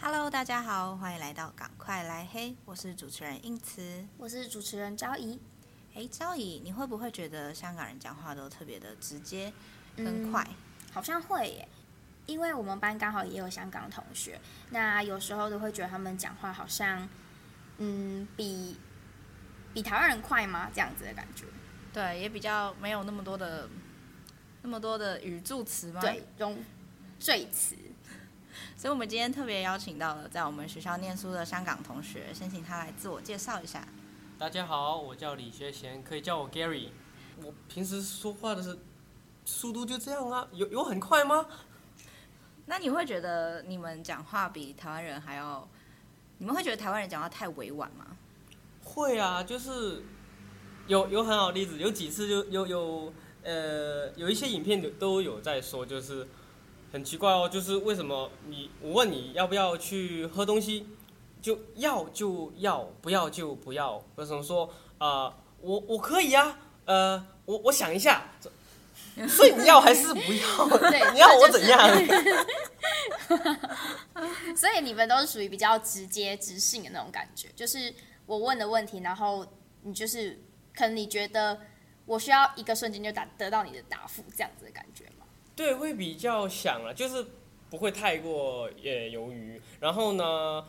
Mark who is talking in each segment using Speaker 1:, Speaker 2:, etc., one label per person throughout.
Speaker 1: Hello，大家好，欢迎来到《赶快来黑》，我是主持人应慈。
Speaker 2: 我是主持人昭仪，
Speaker 1: 诶，赵乙，你会不会觉得香港人讲话都特别的直接跟
Speaker 2: 嗯
Speaker 1: 快？
Speaker 2: 好像会耶，因为我们班刚好也有香港同学，那有时候都会觉得他们讲话好像，嗯，比比台湾人快吗？这样子的感觉，
Speaker 1: 对，也比较没有那么多的那么多的语助词嘛。
Speaker 2: 对，用最词，
Speaker 1: 所以我们今天特别邀请到了在我们学校念书的香港同学，先请他来自我介绍一下。
Speaker 3: 大家好，我叫李学贤，可以叫我 Gary。我平时说话的是速度就这样啊，有有很快吗？
Speaker 1: 那你会觉得你们讲话比台湾人还要，你们会觉得台湾人讲话太委婉吗？
Speaker 3: 会啊，就是有有很好例子，有几次就有有呃有一些影片都都有在说，就是很奇怪哦，就是为什么你我问你要不要去喝东西，就要就要，不要就不要，为什么说啊、呃我我可以啊，呃我我想一下，所以你要还是不要？
Speaker 2: 对
Speaker 3: 你要我
Speaker 2: 这就
Speaker 3: 怎
Speaker 2: 是
Speaker 3: 样？
Speaker 2: 所以你们都是属于比较直接直性的那种感觉，就是我问的问题，然后你就是可能你觉得我需要一个瞬间就答得到你的答复，这样子的感觉吗？
Speaker 3: 对，会比较想了，就是不会太过呃犹豫。然后呢，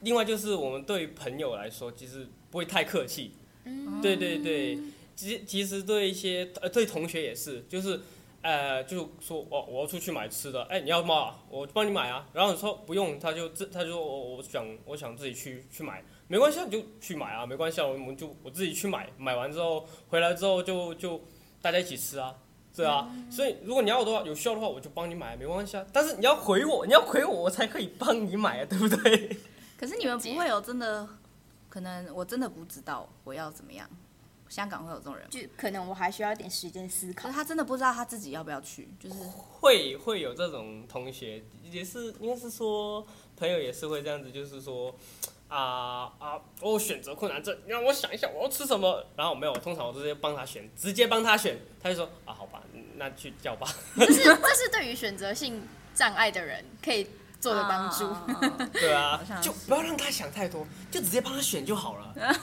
Speaker 3: 另外就是我们对于朋友来说，其实不会太客气。
Speaker 2: 嗯
Speaker 3: 对对对，其其实对一些呃对同学也是，就是呃就说哦我要出去买吃的，哎你要吗？我帮你买啊。然后你说不用，他就自他就说我我想我想自己去去买，没关系啊你就去买啊，没关系啊我们就我自己去买，买完之后回来之后就就大家一起吃啊。对啊，所以如果你要我的话，有需要的话我就帮你买，没关系啊。但是你要回我，你要回我，我才可以帮你买啊，对不对？
Speaker 1: 可是你们不会有真的，可能我真的不知道我要怎么样。香港会有这种人吗，
Speaker 2: 就可能我还需要一点时间思考
Speaker 1: 可是。他真的不知道他自己要不要去，就是
Speaker 3: 会会有这种同学，也是应该是说朋友也是会这样子，就是说啊啊，我有选择困难症，你让我想一下我要吃什么，然后没有，通常我直接帮他选，直接帮他选，他就说啊好吧，那去叫吧。
Speaker 2: 这是这是对于选择性障碍的人可以做的帮助。
Speaker 1: 啊啊啊啊
Speaker 3: 对啊
Speaker 1: 好像，是
Speaker 3: 就不要让他想太多，就直接帮他选就好了。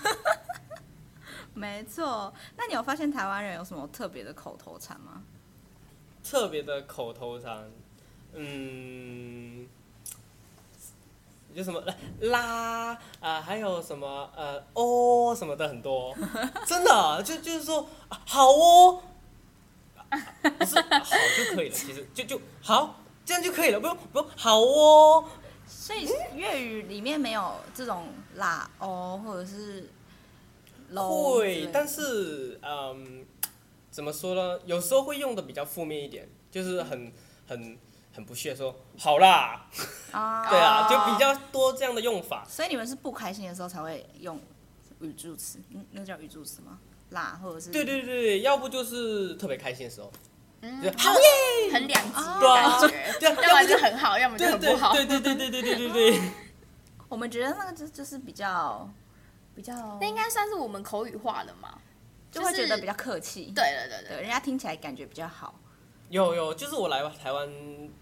Speaker 1: 没错，那你有发现台湾人有什么特别的口头禅吗？
Speaker 3: 特别的口头禅，嗯，有什么啦啊、还有什么呃哦什么的很多， 真的就就是说、啊好哦，啊不是好就可以了，其实就就好这样就可以了，不用不用好哦，
Speaker 1: 所以粤语里面没有这种啦哦，或者是喽之类
Speaker 3: 会
Speaker 1: 的，
Speaker 3: 但是嗯，怎么说呢？有时候会用的比较负面一点，就是很很很不屑说好啦，
Speaker 1: 啊，
Speaker 3: 对
Speaker 2: 哦
Speaker 3: 啊，就比。较多这样的用法。
Speaker 1: 所以你们是不开心的时候才会用语助词，嗯那叫语助词吗？啦，或者是
Speaker 3: 对对对，要不就是特别开心的时候，
Speaker 2: 嗯
Speaker 3: 就，好耶，
Speaker 2: 很两极
Speaker 3: 对
Speaker 2: 的感
Speaker 3: 啊
Speaker 2: 觉，
Speaker 3: 对啊，
Speaker 2: 要
Speaker 3: 要
Speaker 2: 么
Speaker 3: 不
Speaker 2: 就很好，要么就
Speaker 3: 对
Speaker 2: 很
Speaker 3: 对
Speaker 2: 不好。
Speaker 3: 对对对对对对对对，
Speaker 1: 我们觉得那个就就是比较比较，
Speaker 2: 那应该算是我们口语化了嘛？
Speaker 1: 就会觉得
Speaker 2: 是
Speaker 1: 比较客气，
Speaker 2: 对对对
Speaker 1: 对，
Speaker 2: 对，
Speaker 1: 人家听起来感觉比较好。
Speaker 3: 有有，就是我来台湾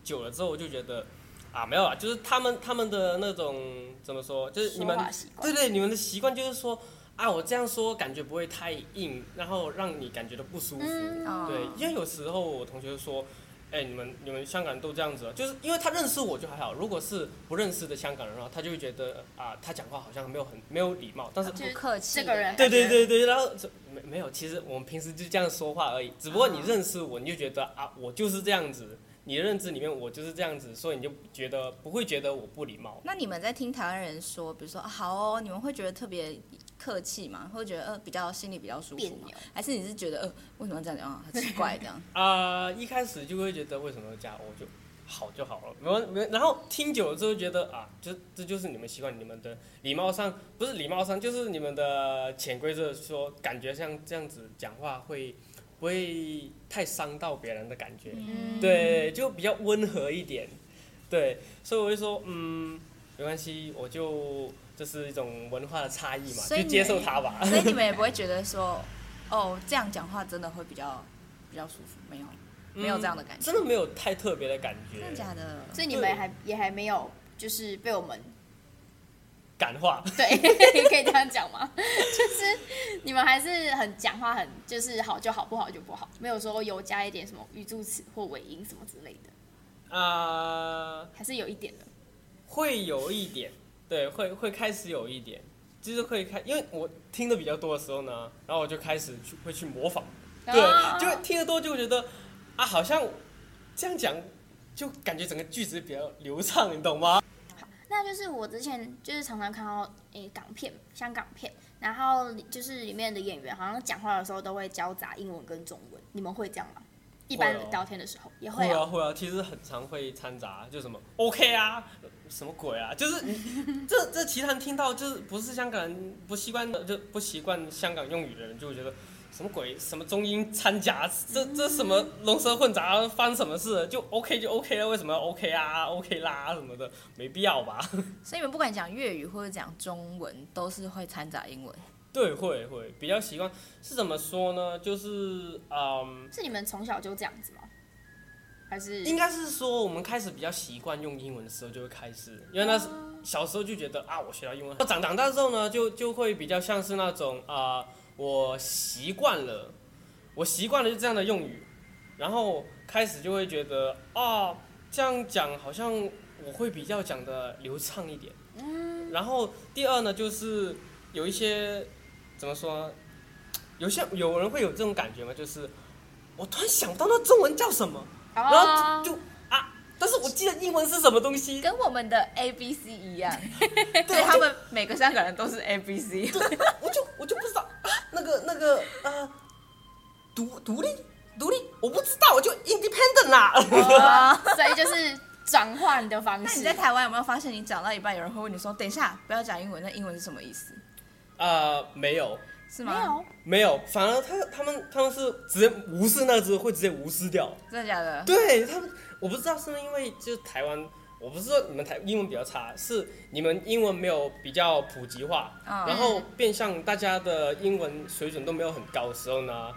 Speaker 3: 久了之后，我就觉得啊，没有啦，就是他们他们的那种怎么说，就是
Speaker 2: 说
Speaker 3: 你们
Speaker 2: 话习惯
Speaker 3: 对对，你们的习惯就是说啊，我这样说感觉不会太硬，然后让你感觉到不舒服。
Speaker 2: 嗯
Speaker 1: 哦
Speaker 3: 对，因为有时候我同学就说，哎、你们你们香港人都这样子啊，就是因为他认识我就还好，如果是不认识的香港人的话，他就会觉得啊、他讲话好像没有很没有礼貌，但是
Speaker 2: 就
Speaker 1: 不
Speaker 2: 是
Speaker 1: 客气
Speaker 2: 这
Speaker 1: 的，
Speaker 2: 个人
Speaker 3: 对对对对，然后这没没有，其实我们平时就这样说话而已，只不过你
Speaker 2: 嗯
Speaker 3: 认识我，你就觉得啊，我就是这样子，你的认知里面我就是这样子，所以你就觉得不会觉得我不礼貌。
Speaker 1: 那你们在听台湾人说，比如说、啊好哦，你们会觉得特别客气吗？会觉得呃比较心里比较舒
Speaker 2: 别
Speaker 1: 服吗
Speaker 2: 扭？
Speaker 1: 还是你是觉得呃为什么要这样讲 啊，很奇怪这样？
Speaker 3: 啊、一开始就会觉得为什么要加我就好就好了，没问没问，然后听久了之后觉得啊，这这就是你们习惯，你们的礼貌上不是礼貌上，就是你们的潜规则说，感觉像这样子讲话会不会太伤到别人的感觉？
Speaker 2: 嗯
Speaker 3: 对，就比较温和一点，对，所以我就说，嗯，没关系，我就这是一种文化的差异嘛，
Speaker 1: 所以
Speaker 3: 就
Speaker 1: 你
Speaker 3: 接受它吧。
Speaker 1: 所以你们也不会觉得说哦这样讲话真的会比较比较舒服？没有，
Speaker 2: 嗯
Speaker 1: 没有这样的
Speaker 3: 嗯
Speaker 1: 感觉
Speaker 3: 真的没有太特别的感觉。
Speaker 1: 真的假的？
Speaker 2: 所以你们还也还没有就是被我们
Speaker 3: 感化。
Speaker 2: 对，可以这样讲吗？ 就是你们还是很讲话很，就是好就好，不好就不好，没有说有加一点什么语助词或尾音什么之类的，
Speaker 3: 呃，
Speaker 2: 还是有一点的。
Speaker 3: 会有一点，对，会会开始有一点，就是会开，因为我听的比较多的时候呢，然后我就开始去会去模仿，
Speaker 2: 啊
Speaker 3: 对，就听得多就觉得啊，好像这样讲就感觉整个句子比较流畅，你懂吗？
Speaker 2: 那就是我之前就是常常看到诶、港片、香港片，然后里就是里面的演员好像讲话的时候都会交杂英文跟中文，你们会这样吗？一般
Speaker 3: 会哦
Speaker 2: 聊天的时候也会
Speaker 3: 会啊
Speaker 2: 哦。
Speaker 3: 会啊，其实很常会掺杂，就什么 OK 啊，什么鬼啊，就是你这这其他人听到就是不是香港人不习惯的就不习惯香港用语的人就会觉得什么鬼，什么中英掺杂，这这什么龙蛇混杂，发生什么事了就 OK 就 OK 了，为什么要 OK 啊 OK 啦什么的，没必要吧？
Speaker 1: 所以你们不管讲粤语或者讲中文，都是会掺杂英文。
Speaker 3: 对，会会比较习惯是怎么说呢？就是嗯，
Speaker 2: 是你们从小就这样子吗？还是哦
Speaker 3: 应该是说我们开始比较习惯用英文的时候就会开始，因为那是小时候就觉得啊，我学到英文。长长大之后呢，就就会比较像是那种啊、我习惯了，我习惯了就这样的用语，然后开始就会觉得啊，这样讲好像我会比较讲的流畅一点。嗯。然后第二呢，就是有一些怎么说呢，有些有人会有这种感觉吗？就是我突然想不到那中文叫什么。
Speaker 2: 然
Speaker 3: 然后就就啊，但是我记得英文是什么东西，
Speaker 1: 跟我们的 A B C 一 样，
Speaker 3: 对
Speaker 1: 对他们每个香港人都是 A B C。
Speaker 3: 我就我就不知道啊，那个那个呃，独独立独立，我不知道，我就 independent 啦。
Speaker 2: 哦所以就是转换的方
Speaker 1: 那你
Speaker 2: 式
Speaker 1: 在。台湾有没有发现，你讲到一半，有人会问你说：“等一下，不要讲英文，那英文是什么意思？”
Speaker 3: 呃，没有
Speaker 1: 是
Speaker 2: 没
Speaker 1: 吗？，
Speaker 2: 有，
Speaker 3: 没有，反而他他们他们是直接无视那只，会直接无视掉。
Speaker 1: 真的假的？
Speaker 3: 对他们，我不知道是不是因为就是台湾，我不是说你们台英文比较差，是你们英文没有比较普及化，
Speaker 1: 嗯
Speaker 3: 然后变相大家的英文水准都没有很高的时候呢，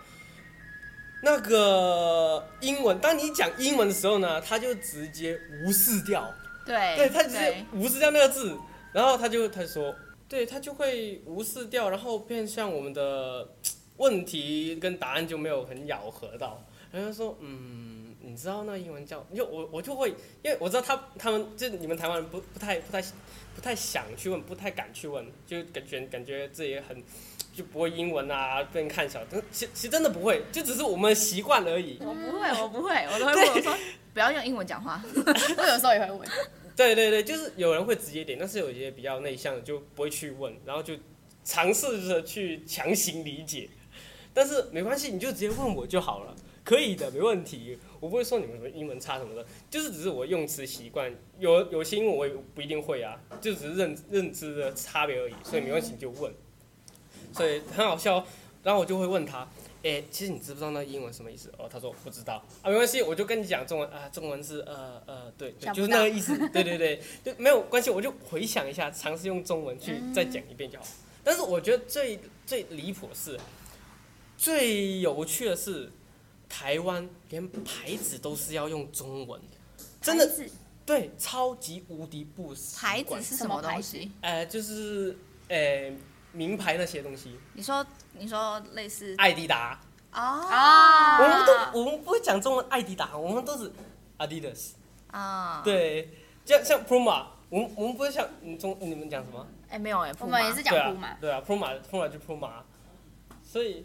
Speaker 3: 那个英文，当你讲英文的时候呢，他就直接无视掉，
Speaker 1: 对，
Speaker 3: 对他直接
Speaker 1: 对
Speaker 3: 无视掉那个字，然后他就他就说，对他就会无视掉，然后变相我们的问题跟答案就没有很咬合到。然后他说，嗯，你知道那英文叫，就我我就会，因为我知道他他们就是你们台湾人不不太不太不太想去问，不太敢去问，就感觉感觉自己很就不会英文啊，被人看小，但其其实真的不会，就只是我们习惯而已。
Speaker 1: 我不会，我不会，我都会问我说：“不要用英文讲 话。
Speaker 2: 我有时候也会问。
Speaker 3: 对对对，就是有人会直接一点，但是有一些比较内向的就不会去问，然后就尝试着去强行理解。但是没关系，你就直接问我就好了，可以的，没问题。我不会说你们什么英文差什么的，就是只是我用词习惯，有有些英文我也不一定会啊，就只是认认知的差别而已，所以没关系，你就问。所以很好笑、哦，然后我就会问他，诶，其实你知不知道那英文什么意思？哦，他说不知道啊，没关系，我就跟你讲中文啊，中文是呃呃，对对，
Speaker 2: 想
Speaker 3: 就
Speaker 2: 不
Speaker 3: 是
Speaker 2: 到
Speaker 3: 那个意思，对对对，就没有关系，我就回想一下，尝试用中文去再讲一遍就好。但是我觉得最最离谱的是，最有趣的是，台湾连牌子都是要用中文，真的
Speaker 2: 牌子
Speaker 3: 对，超级无敌不”习
Speaker 1: 牌子
Speaker 3: 惯
Speaker 1: 是什么东西？
Speaker 3: 呃，就是呃名牌那些东西，
Speaker 1: 你说，你说类似
Speaker 3: 艾迪达，
Speaker 1: 啊
Speaker 2: 啊
Speaker 3: 我们都我们不会讲中文，艾迪达，我们都是 Adidas，
Speaker 1: 啊，，
Speaker 3: 对，像像 Puma，我们我们不会像你中你们讲什么？
Speaker 1: 哎，没有哎，
Speaker 2: 我
Speaker 1: 不
Speaker 2: 们也是讲
Speaker 3: 对
Speaker 2: 布嘛
Speaker 3: 啊，，对啊，Puma Puma 就 Puma，所以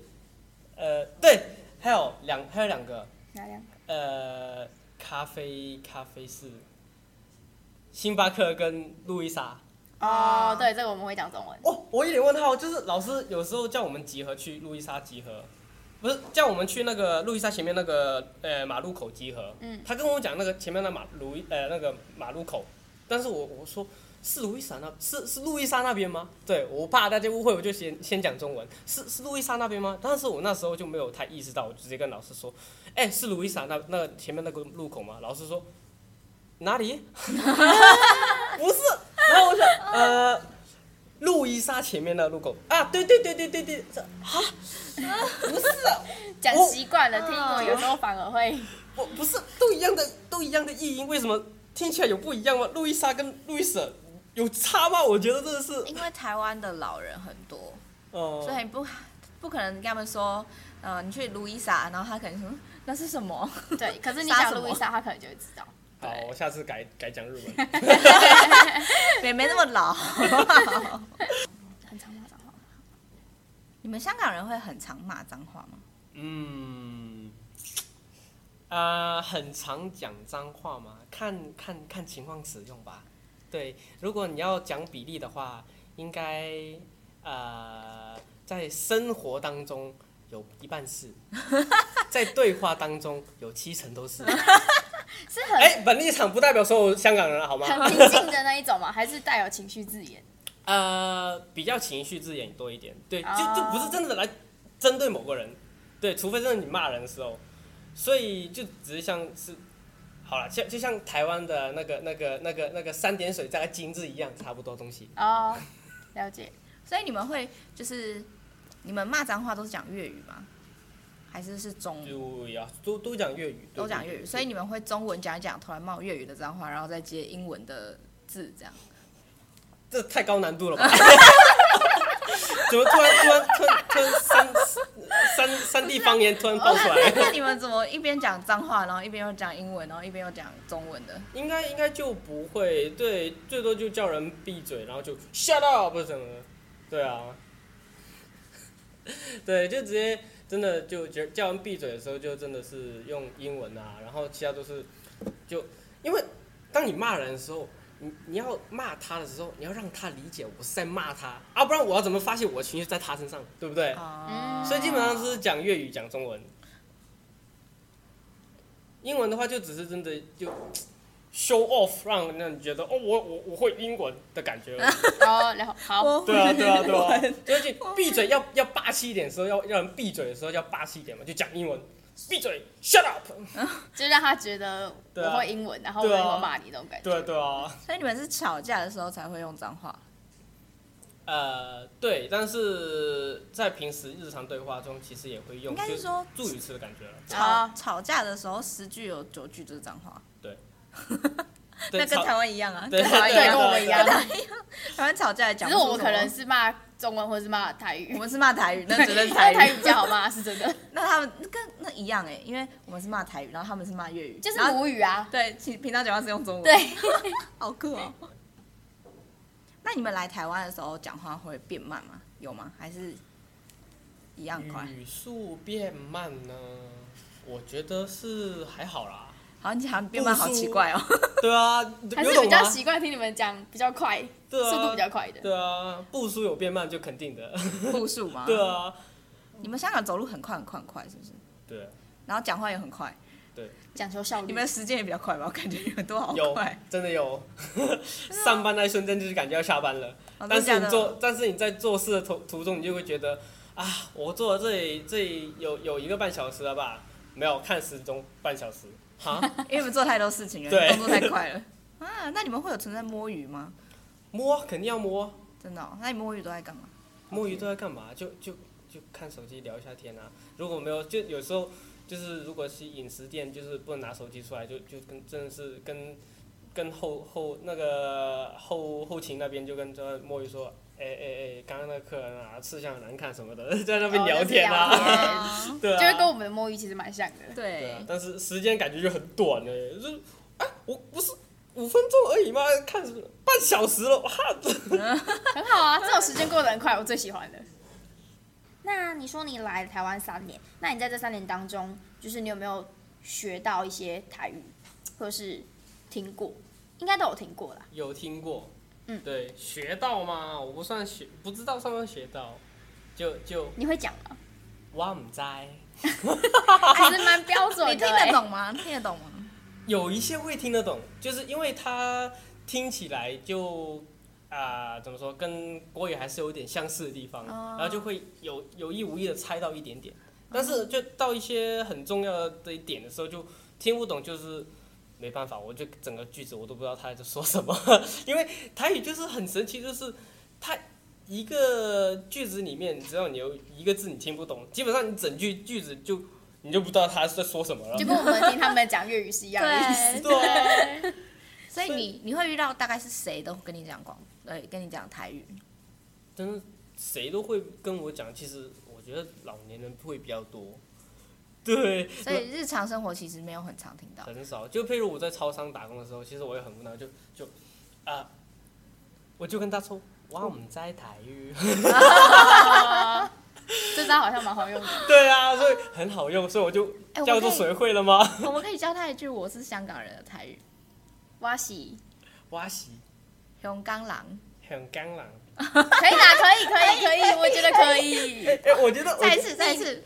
Speaker 3: 呃对，还有两还有两个
Speaker 2: 哪两个？
Speaker 3: 呃咖啡咖啡是星巴克跟路易莎。啊
Speaker 2: 哦，对，这个我们会讲中文。
Speaker 3: 哦，我有点问号，就是老师有时候叫我们集合去路易莎集合，不是叫我们去那个路易莎前面那个呃马路口集合。
Speaker 2: 嗯
Speaker 3: 他跟我讲那个前面那马路呃那个马路口，但是我我说是路易莎那是是路易莎那边吗？对我怕大家误会，我就先先讲中文，是是路易莎那边吗？但是我那时候就没有太意识到，我就直接跟老师说，哎、是路易莎那那前面那个路口吗？老师说哪里？ 不是，然后我想呃。路易莎前面的路口啊，对对对对对对，这啊，不是啊，
Speaker 2: 讲
Speaker 3: 我
Speaker 2: 习惯了，听
Speaker 3: 啊
Speaker 2: 过有时候反而会
Speaker 3: 我不是都一样的，都一样的译音，为什么听起来有不一样吗？路易莎跟路易莎有差吗？我觉得真的是，
Speaker 1: 因为台湾的老人很多，
Speaker 3: 哦、
Speaker 1: 所以不不可能跟他们说，呃，你去卢伊莎，然后他可能说嗯那是什 么？
Speaker 2: 对，可是你
Speaker 1: 杀
Speaker 2: 讲
Speaker 1: 什
Speaker 2: 路
Speaker 1: 么
Speaker 2: 易莎，他可能就会知道。
Speaker 3: 好，我下次改改讲日文。
Speaker 1: 也没那么老。
Speaker 2: 很常骂脏话吗，
Speaker 1: 你们香港人会很常骂脏话吗？
Speaker 3: 嗯，啊、很常讲脏话嘛，看看看情况使用吧。对，如果你要讲比例的话，应该呃，在生活当中有一半是， 在对话当中有七成都是。
Speaker 2: 是
Speaker 3: 哎、
Speaker 2: 很
Speaker 3: 本立场不代表所有香港人好吗？
Speaker 2: 很平静的那一种吗？还是带有情绪字眼？
Speaker 3: 呃，比较情绪字眼多一点，对，就
Speaker 2: 哦
Speaker 3: 就不是真的来针对某个人，对，除非真的你骂人的时候，所以就只是像是，好了，像就像台湾的那个那个那个那个三点水加个金字一样，差不多东西。
Speaker 2: 哦，了解。
Speaker 1: 所以你们会就是你们骂脏话都是讲粤语吗？还是是中
Speaker 3: 就呀，都都讲粤语，
Speaker 1: 都讲粤语？所以
Speaker 3: 你
Speaker 1: 你们会中文讲一讲，突然冒粤语的脏话，然后再接英文的字这样？
Speaker 3: 这太高难度了吧？ 怎么突然突然突然突然三三三地方言突然爆出来？
Speaker 1: 那你们怎么一边讲脏话，然后一边又讲英文，然后一边又讲中文的？
Speaker 3: 应该应该就不会，对，最多就叫人闭嘴，然后就 shut up 什么的，对啊， 对，就直接真的就叫叫人闭嘴的时候，就真的是用英文啊，然后其他都是就因为当你骂人的时候，你你要骂他的时候，你要让他理解我是在骂他啊，不然我要怎么发泄我的情绪在他身上，对不对？
Speaker 2: 嗯
Speaker 1: 哦
Speaker 3: 所以基本上是讲粤语、讲中文。英文的话，就只是真的就 show off，让让你觉得哦，我我我会英文的感觉而
Speaker 1: 啊
Speaker 3: 已。
Speaker 2: 哦，然后 好，
Speaker 1: 我
Speaker 3: 对啊，对啊，对
Speaker 1: 会
Speaker 3: 啊， 就是就闭嘴要要霸气一点的时候，要让人闭嘴的时候要霸气一点嘛，就讲英文，闭嘴，shut up。
Speaker 2: 就让他觉得
Speaker 3: 对
Speaker 2: 我
Speaker 3: 啊
Speaker 2: 会英文，然后
Speaker 3: 对啊
Speaker 2: 我骂你那种感觉。
Speaker 3: 对啊对啊，
Speaker 1: 所以你们是吵架的时候才会用脏话。
Speaker 3: 呃，对，但是在平时日常对话中，其实也会用，
Speaker 1: 应该
Speaker 3: 就是
Speaker 1: 说
Speaker 3: 助语词的感觉了。
Speaker 1: 吵
Speaker 2: 啊
Speaker 1: 吵架的时候，十句有九句就是脏话，
Speaker 3: 对
Speaker 1: 那跟
Speaker 3: 吵
Speaker 1: 台湾一样啊。
Speaker 3: 对
Speaker 2: 跟台湾一样
Speaker 3: 对
Speaker 2: 跟我们一样
Speaker 3: 对
Speaker 1: 台湾吵架也
Speaker 2: 只
Speaker 1: 讲不
Speaker 2: 是
Speaker 1: 出什
Speaker 2: 我
Speaker 1: 么，
Speaker 2: 们可能是骂中文或是骂台
Speaker 1: 我
Speaker 2: 语，
Speaker 1: 们是骂台语，那绝对是台
Speaker 2: 但台
Speaker 1: 语。
Speaker 2: 语比较好骂，是真 的，
Speaker 1: 那他们跟那一样哎、因为我们是骂台语，然后他们是骂粤语，
Speaker 2: 就是
Speaker 1: 然后
Speaker 2: 母语啊。
Speaker 1: 对，其平常讲话是用中文，
Speaker 2: 对，，
Speaker 1: 好酷哦。那你们来台湾的时候讲话会变慢吗？有吗？还是一样快？
Speaker 3: 语速变慢呢，我觉得是还好啦。
Speaker 1: 好像讲变慢好奇怪哦。
Speaker 3: 对啊，
Speaker 2: 还是
Speaker 3: 有
Speaker 2: 比
Speaker 3: 种吗
Speaker 2: 较？习惯听你们讲比较快，
Speaker 3: 对啊，
Speaker 2: 速度比较快的。
Speaker 3: 对啊，步数有变慢就肯定的。
Speaker 1: 步数吗？
Speaker 3: 对。啊，
Speaker 1: 你们香港走路很快很快很快，是不是？
Speaker 3: 对，
Speaker 1: 然后讲话也很快，
Speaker 2: 讲求效率。
Speaker 1: 你们的时间也比较快吧？我感觉你们都好
Speaker 3: 有
Speaker 1: 快。
Speaker 3: 真的有。上班那一瞬间就是感觉要下班了，
Speaker 1: 哦
Speaker 3: 但是你，
Speaker 1: 真的假的
Speaker 3: 做，但是你在做事的途途中，你就会觉得啊，我坐到这里这里有有一个半小时了吧？没有，看时钟半小时。哈，
Speaker 1: 因为你们做太多事情了，
Speaker 3: 对
Speaker 1: 动作太快了。啊，那你们会有存在摸鱼吗？
Speaker 3: 摸啊肯定要摸，
Speaker 1: 真的、哦？那你摸鱼都在干嘛？
Speaker 3: 摸鱼都在干嘛？就就就看手机聊一下天啊。如果没有，就有时候就是如果是饮食店，就是不能拿手机出来，就就跟真的是跟跟后后那个后后勤那边就跟这摸鱼说，哎哎哎，刚刚那个客人啊，吃相很难看什么的，在那边
Speaker 2: 哦
Speaker 3: 聊天
Speaker 2: 在
Speaker 3: 啊，
Speaker 2: 聊啊
Speaker 3: 对
Speaker 2: 就会跟
Speaker 3: 啊，
Speaker 2: 我们的摸鱼其实蛮像的。
Speaker 3: 对啊
Speaker 1: 对，，
Speaker 3: 但是时间感觉就很短呢，就是哎，我不是五分钟而已吗？看什么半小时了，哇，
Speaker 2: 很好 啊，这种时间过得很快，我最喜欢的。那你说你来台湾三年，那你在这三年当中，就是你有没有学到一些台语，或是听过？应该都有听过啦。
Speaker 3: 有听过，
Speaker 2: 嗯
Speaker 3: 对，学到吗？我不算学，不知道算不算学到，就就
Speaker 2: 你会讲吗？
Speaker 3: 我唔知，
Speaker 2: 还是蛮标准的、
Speaker 1: 你听得？懂吗？听得懂吗？
Speaker 3: 有一些会听得懂，就是因为它听起来就啊、怎么说，跟国语还是有点相似的地方，
Speaker 1: 哦
Speaker 3: 然后就会有有意无意的猜到一点点，但是就到一些很重要的一点的时候，就听不懂，就是。没办法，我就整个句子我都不知道他在说什么， 因为台语就是很神奇，就是它一个句子里面，只要你有一个字你听不懂，基本上你整句句子就
Speaker 2: 欸
Speaker 3: 你就不知道他在说什么了
Speaker 2: 就。跟我们听他们讲粤语是一样的意思。
Speaker 1: 对
Speaker 3: 对啊，
Speaker 1: 所以
Speaker 3: 所以
Speaker 1: 你你会遇到大概是谁都跟你讲广，呃，跟你讲台语，
Speaker 3: 真的谁都会跟我讲，其实我觉得老年人会比较多，对，
Speaker 1: 所以日常生活其实没有很常听到。
Speaker 3: 很少。就譬如我在超商打工的时候，其实我也很无奈，就就啊、我就跟他说，哇，我们在台语，
Speaker 2: 这招好像蛮好用的。
Speaker 3: 对啊，所以很好用，所以我就
Speaker 1: 哎、我
Speaker 3: 叫
Speaker 1: 们
Speaker 3: 做
Speaker 1: 可以
Speaker 3: 谁会了吗？
Speaker 1: 我们可以教他一句我是香港人的台语，
Speaker 2: 哇西，
Speaker 3: 哇西，
Speaker 1: 香港狼
Speaker 3: 很干朗。
Speaker 2: 可以啦，可以，可以，可以，我觉得可以。
Speaker 3: 哎、我觉得我
Speaker 1: 再一次，再一次，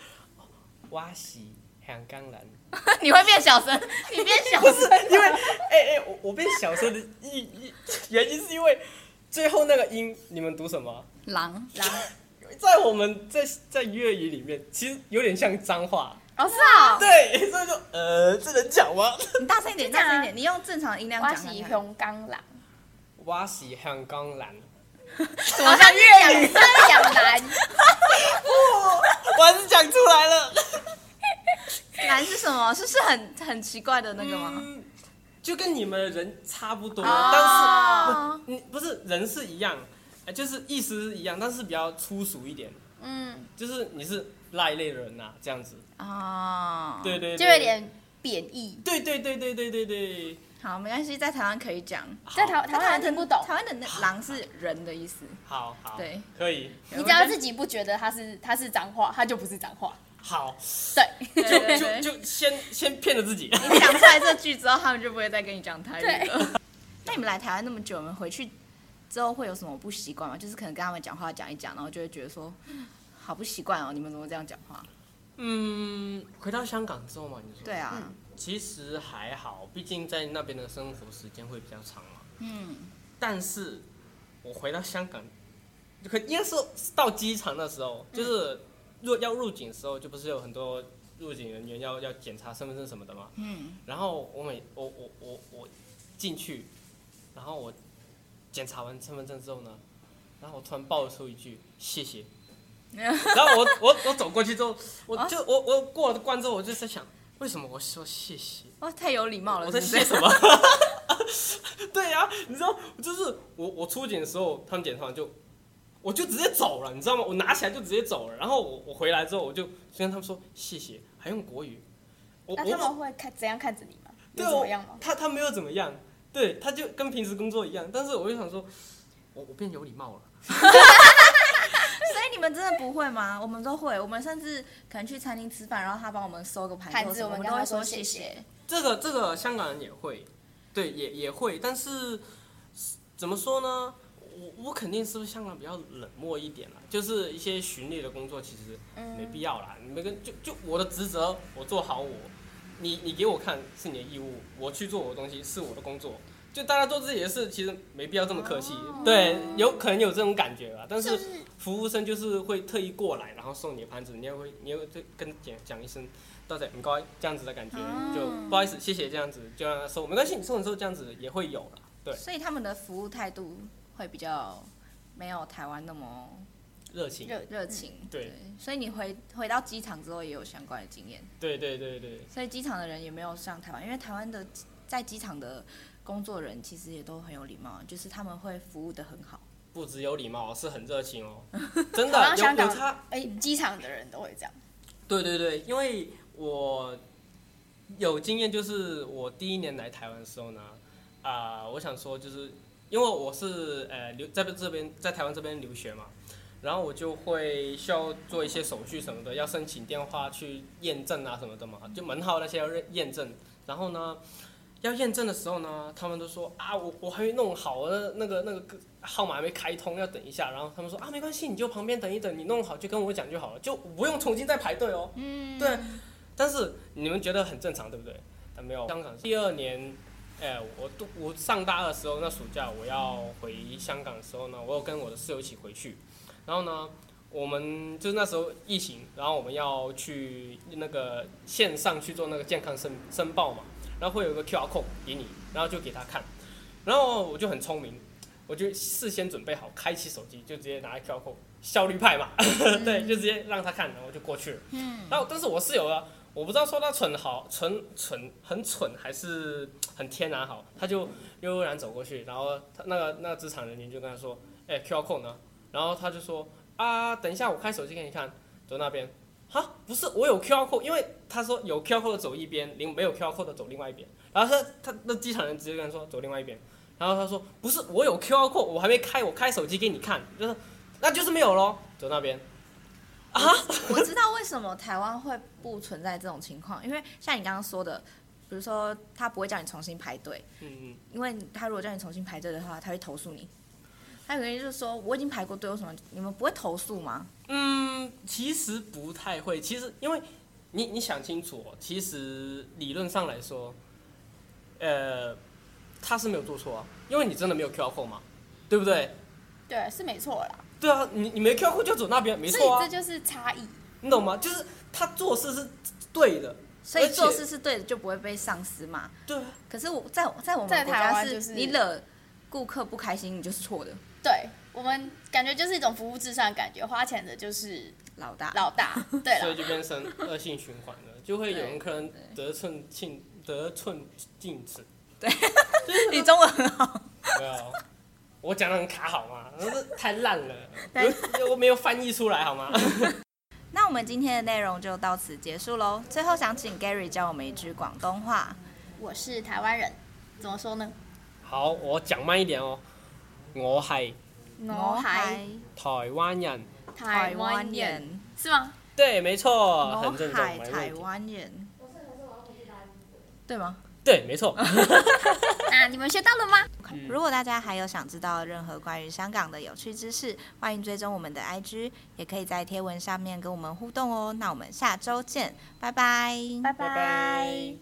Speaker 3: 哇西，很干朗。
Speaker 1: 你会变小声，你变小声，
Speaker 3: 因为哎哎、我我变小声的意意原因是因为最后那个音你们读什么？
Speaker 1: 狼狼，
Speaker 3: 在我们在在粤语里面，其实有点像脏话。
Speaker 2: 哦，是啊，
Speaker 3: 对，所以说呃，这能讲吗？
Speaker 1: 你大声一点，
Speaker 2: 这样
Speaker 1: 大
Speaker 2: 啊
Speaker 1: 声一点，你用正常的音量
Speaker 2: 哇
Speaker 1: 讲看
Speaker 2: 西
Speaker 1: 看。
Speaker 2: 熊刚狼，
Speaker 3: 我是香港人，
Speaker 1: 怎么像粤语？
Speaker 2: 真两难。
Speaker 3: 我还是讲出来了。
Speaker 1: 狼是什么？是是很很奇怪的那个吗？
Speaker 3: 嗯，就跟你们人差不多，
Speaker 1: 哦
Speaker 3: 但是不，嗯，不是人是一样，呃就是意思是一样，但是比较粗俗一点，
Speaker 2: 嗯，
Speaker 3: 就是你是那一类人呐、这样子。
Speaker 1: 啊，
Speaker 3: 对对对，
Speaker 2: 就有。点贬义，
Speaker 3: 对对对对对对对。
Speaker 1: 好，没关系，在台湾可以讲。
Speaker 2: 在台台湾人听不懂
Speaker 1: 台。湾的那狼是人的意思。
Speaker 3: 好好，
Speaker 1: 对，
Speaker 3: 可以，
Speaker 2: 你只要自己不觉得它是它是脏话，它就不是脏话。
Speaker 3: 好，
Speaker 2: 对，
Speaker 1: 对
Speaker 3: 就
Speaker 1: 对
Speaker 3: 就
Speaker 1: 对
Speaker 3: 就先先骗了自己。
Speaker 1: 你讲出来这句之后，他们就不会再跟你讲台语了。 那你们来台湾那么久，你们回去之后会有什么不习惯吗？就是可能跟他们讲话讲一讲，然后就会觉得说， 好不习惯哦，你们怎么这样讲话？
Speaker 3: 嗯，回到香港之后嘛，你说
Speaker 1: 对，啊，
Speaker 3: 其实还好，毕竟在那边的生活时间会比较长嘛。
Speaker 1: 嗯，
Speaker 3: 但是我回到香港，就可应该是到机场的时候，就是入要入境的时候，就不是有很多入境人员要要检查身份证什么的嘛。
Speaker 1: 嗯。
Speaker 3: 然后我每我我我我进去，然后我检查完身份证之后呢，然后我突然爆出一句 谢谢。然后我我我走过去之后，我就我我过了关之后，我就在想，为什么我说谢谢？
Speaker 1: 哇，太有礼貌了，
Speaker 3: 我在
Speaker 1: 是不
Speaker 3: 写
Speaker 1: 是
Speaker 3: 什么？ 对呀、你知道，就是我我出警的时候，他们检查完就，我就直接走了，你知道吗？我拿起来就直接走了。然后我我回来之后，我就先跟他们说谢谢，还用国语。我
Speaker 2: 那他
Speaker 3: 我
Speaker 2: 们会看怎样看着你吗？有
Speaker 3: 对
Speaker 2: 怎
Speaker 3: 我
Speaker 2: 么样吗？
Speaker 3: 他他没有怎么样，对，他就跟平时工作一样。但是我就想说，我我变有礼貌了。
Speaker 1: 所以你们真的不会吗？我们都会，我们甚至可能去餐厅吃饭，然后他帮我们收个盘
Speaker 2: 盘
Speaker 1: 子，
Speaker 2: 子
Speaker 1: 我
Speaker 2: 我们
Speaker 1: 们
Speaker 2: 跟
Speaker 1: 都
Speaker 2: 他
Speaker 1: 会
Speaker 2: 说
Speaker 1: 谢
Speaker 2: 谢
Speaker 1: 谢
Speaker 2: 谢。
Speaker 3: 这个这个香港人也会，对，也也会，但是怎么说呢？我我肯定是不是香港比较冷漠一点啦，就是一些巡猎的工作其实没必要啦。你们跟就就我的职责，我做好我，你你给我看是你的义务，我去做我的东西是我的工作，就大家做自己的事，其实没必要这么客气。对，有可能有这种感觉吧，但是服务生就是会特意过来，然后送你的盘子，你也会你也会跟讲讲一声。到底很高这样子的感觉，
Speaker 2: 哦
Speaker 3: 就不好意思，谢谢这样子，就让他收，没关系，你收你收这样子也会有啦。对，
Speaker 1: 所以他们的服务态度会比较没有台湾那么
Speaker 3: 热情，
Speaker 2: 热
Speaker 1: 热情。
Speaker 3: 嗯对，
Speaker 1: 所以你回回到机场之后也有相关的经验，
Speaker 3: 对对对对，
Speaker 1: 所以机场的人也没有像台湾，因为台湾的在机场的工作人其实也都很有礼貌，就是他们会服务的很 好。
Speaker 3: 不只有礼貌，是很热情 哦，真
Speaker 2: 好像
Speaker 3: 的有
Speaker 2: 香港
Speaker 3: 有差，
Speaker 2: 哎，机场的人都会这样。
Speaker 3: 对对对，因为我有经验，就是我第一年来台湾的时候呢，啊、我想说就是因为我是呃留在这边在台湾这边留学嘛，然后我就会需要做一些手续什么的，要申请电话去验证啊什么的嘛，就门号那些要认验证。然后呢，要验证的时候呢，他们都说啊，我我还没弄好，啊那那个那个号码还没开通，要等一下。然后他们说啊，没关系，你就旁边等一等，你弄好就跟我讲就好了，就不用重新再排队哦。嗯，对。但是你们觉得很正常，对不对？但没有，香港第二年。哎，我都我上大二的时候，那暑假我要回香港的时候呢，我有跟我的室友一起回去，然后呢，我们就是那时候疫情，然后我们要去那个线上去做那个健康申申报嘛，然后会有一个 QR code 给你，然后就给他看，然后我就很聪明，我就事先准备好，开启手机就直接拿来 QR code，效率派嘛，对，就直接让他看，然后我就过去了。嗯，然后但是我室友啊，我不知道说他蠢好蠢蠢很蠢还是很天然好，他就悠悠然走过去，然后他那个那个职场人员就跟他说，哎，QR code 呢？然后他就说啊，等一下我开手机给你看，走那边。哈，不是，我有 QR code，因为他说有 QR code 的走一边，另没有 QR code 的走另外一边。然后他他那机场人直接跟他说走另外一边，然后他说不是，我有 QR code，我还没开，我开手机给你看，就是那就是没有咯，走那边。
Speaker 1: 我知道为什么台湾会不存在这种情况，因为像你刚刚说的，比如说他不会叫你重新排队，
Speaker 3: 嗯嗯，
Speaker 1: 因为他如果叫你重新排队的话，他会投诉你。他有个人就是说我已经排过队，为什么你们不会投诉吗？
Speaker 3: 嗯，其实不太会。其实因为你你想清楚、哦，其实理论上来说，呃，他是没有做错啊，因为你真的没有 QR code 嘛，对不对？
Speaker 2: 对，是没错啦。
Speaker 3: 对啊，你你没 QR code 就走那边，没
Speaker 2: 所以
Speaker 3: 错啊
Speaker 2: 这，就是差异。
Speaker 3: 你懂吗？就是他做事是对的，
Speaker 1: 所以
Speaker 3: 而且
Speaker 1: 做事是对的，就不会被上司骂。
Speaker 3: 对啊，
Speaker 1: 可是我在在我们
Speaker 2: 在
Speaker 1: 国
Speaker 2: 台
Speaker 1: 家
Speaker 2: 湾就是
Speaker 1: 你惹顾客不开心，你就是错的，
Speaker 2: 对我们感觉就是一种服务至上的感觉，花钱的就是
Speaker 1: 老大。
Speaker 2: 老大。
Speaker 1: 啊
Speaker 2: 对
Speaker 3: 所以
Speaker 2: 了，
Speaker 3: 就变成恶性循环了，就会有人可能得寸进得寸进尺。
Speaker 1: 你中文很好，
Speaker 3: 没有，我讲的很卡 好吗？那是太烂了，我我没有翻译出来好吗？
Speaker 1: 那我们今天的内容就到此结束喽。最后想请 Gary 教我们一句广东话。
Speaker 2: 我是台湾人，怎么说呢？
Speaker 3: 好，我講慢一點哦。我係
Speaker 2: 我係
Speaker 1: 係
Speaker 3: 台灣人，
Speaker 2: 台湾人，是吗？
Speaker 3: 對，沒錯，
Speaker 1: 我
Speaker 3: 哦很正宗，
Speaker 1: 海
Speaker 3: 沒
Speaker 1: 台
Speaker 3: 問題。
Speaker 1: 湾人，对吗？
Speaker 3: 對，沒錯。
Speaker 2: 啊，你们学到了吗？
Speaker 3: 嗯
Speaker 1: 如果大家还有想知道任何关于香港的有趣知识，欢迎追踪我们的 IG，也可以在贴文上面跟我们互动哦。那我们下周见，拜拜。
Speaker 2: 拜
Speaker 3: 拜拜。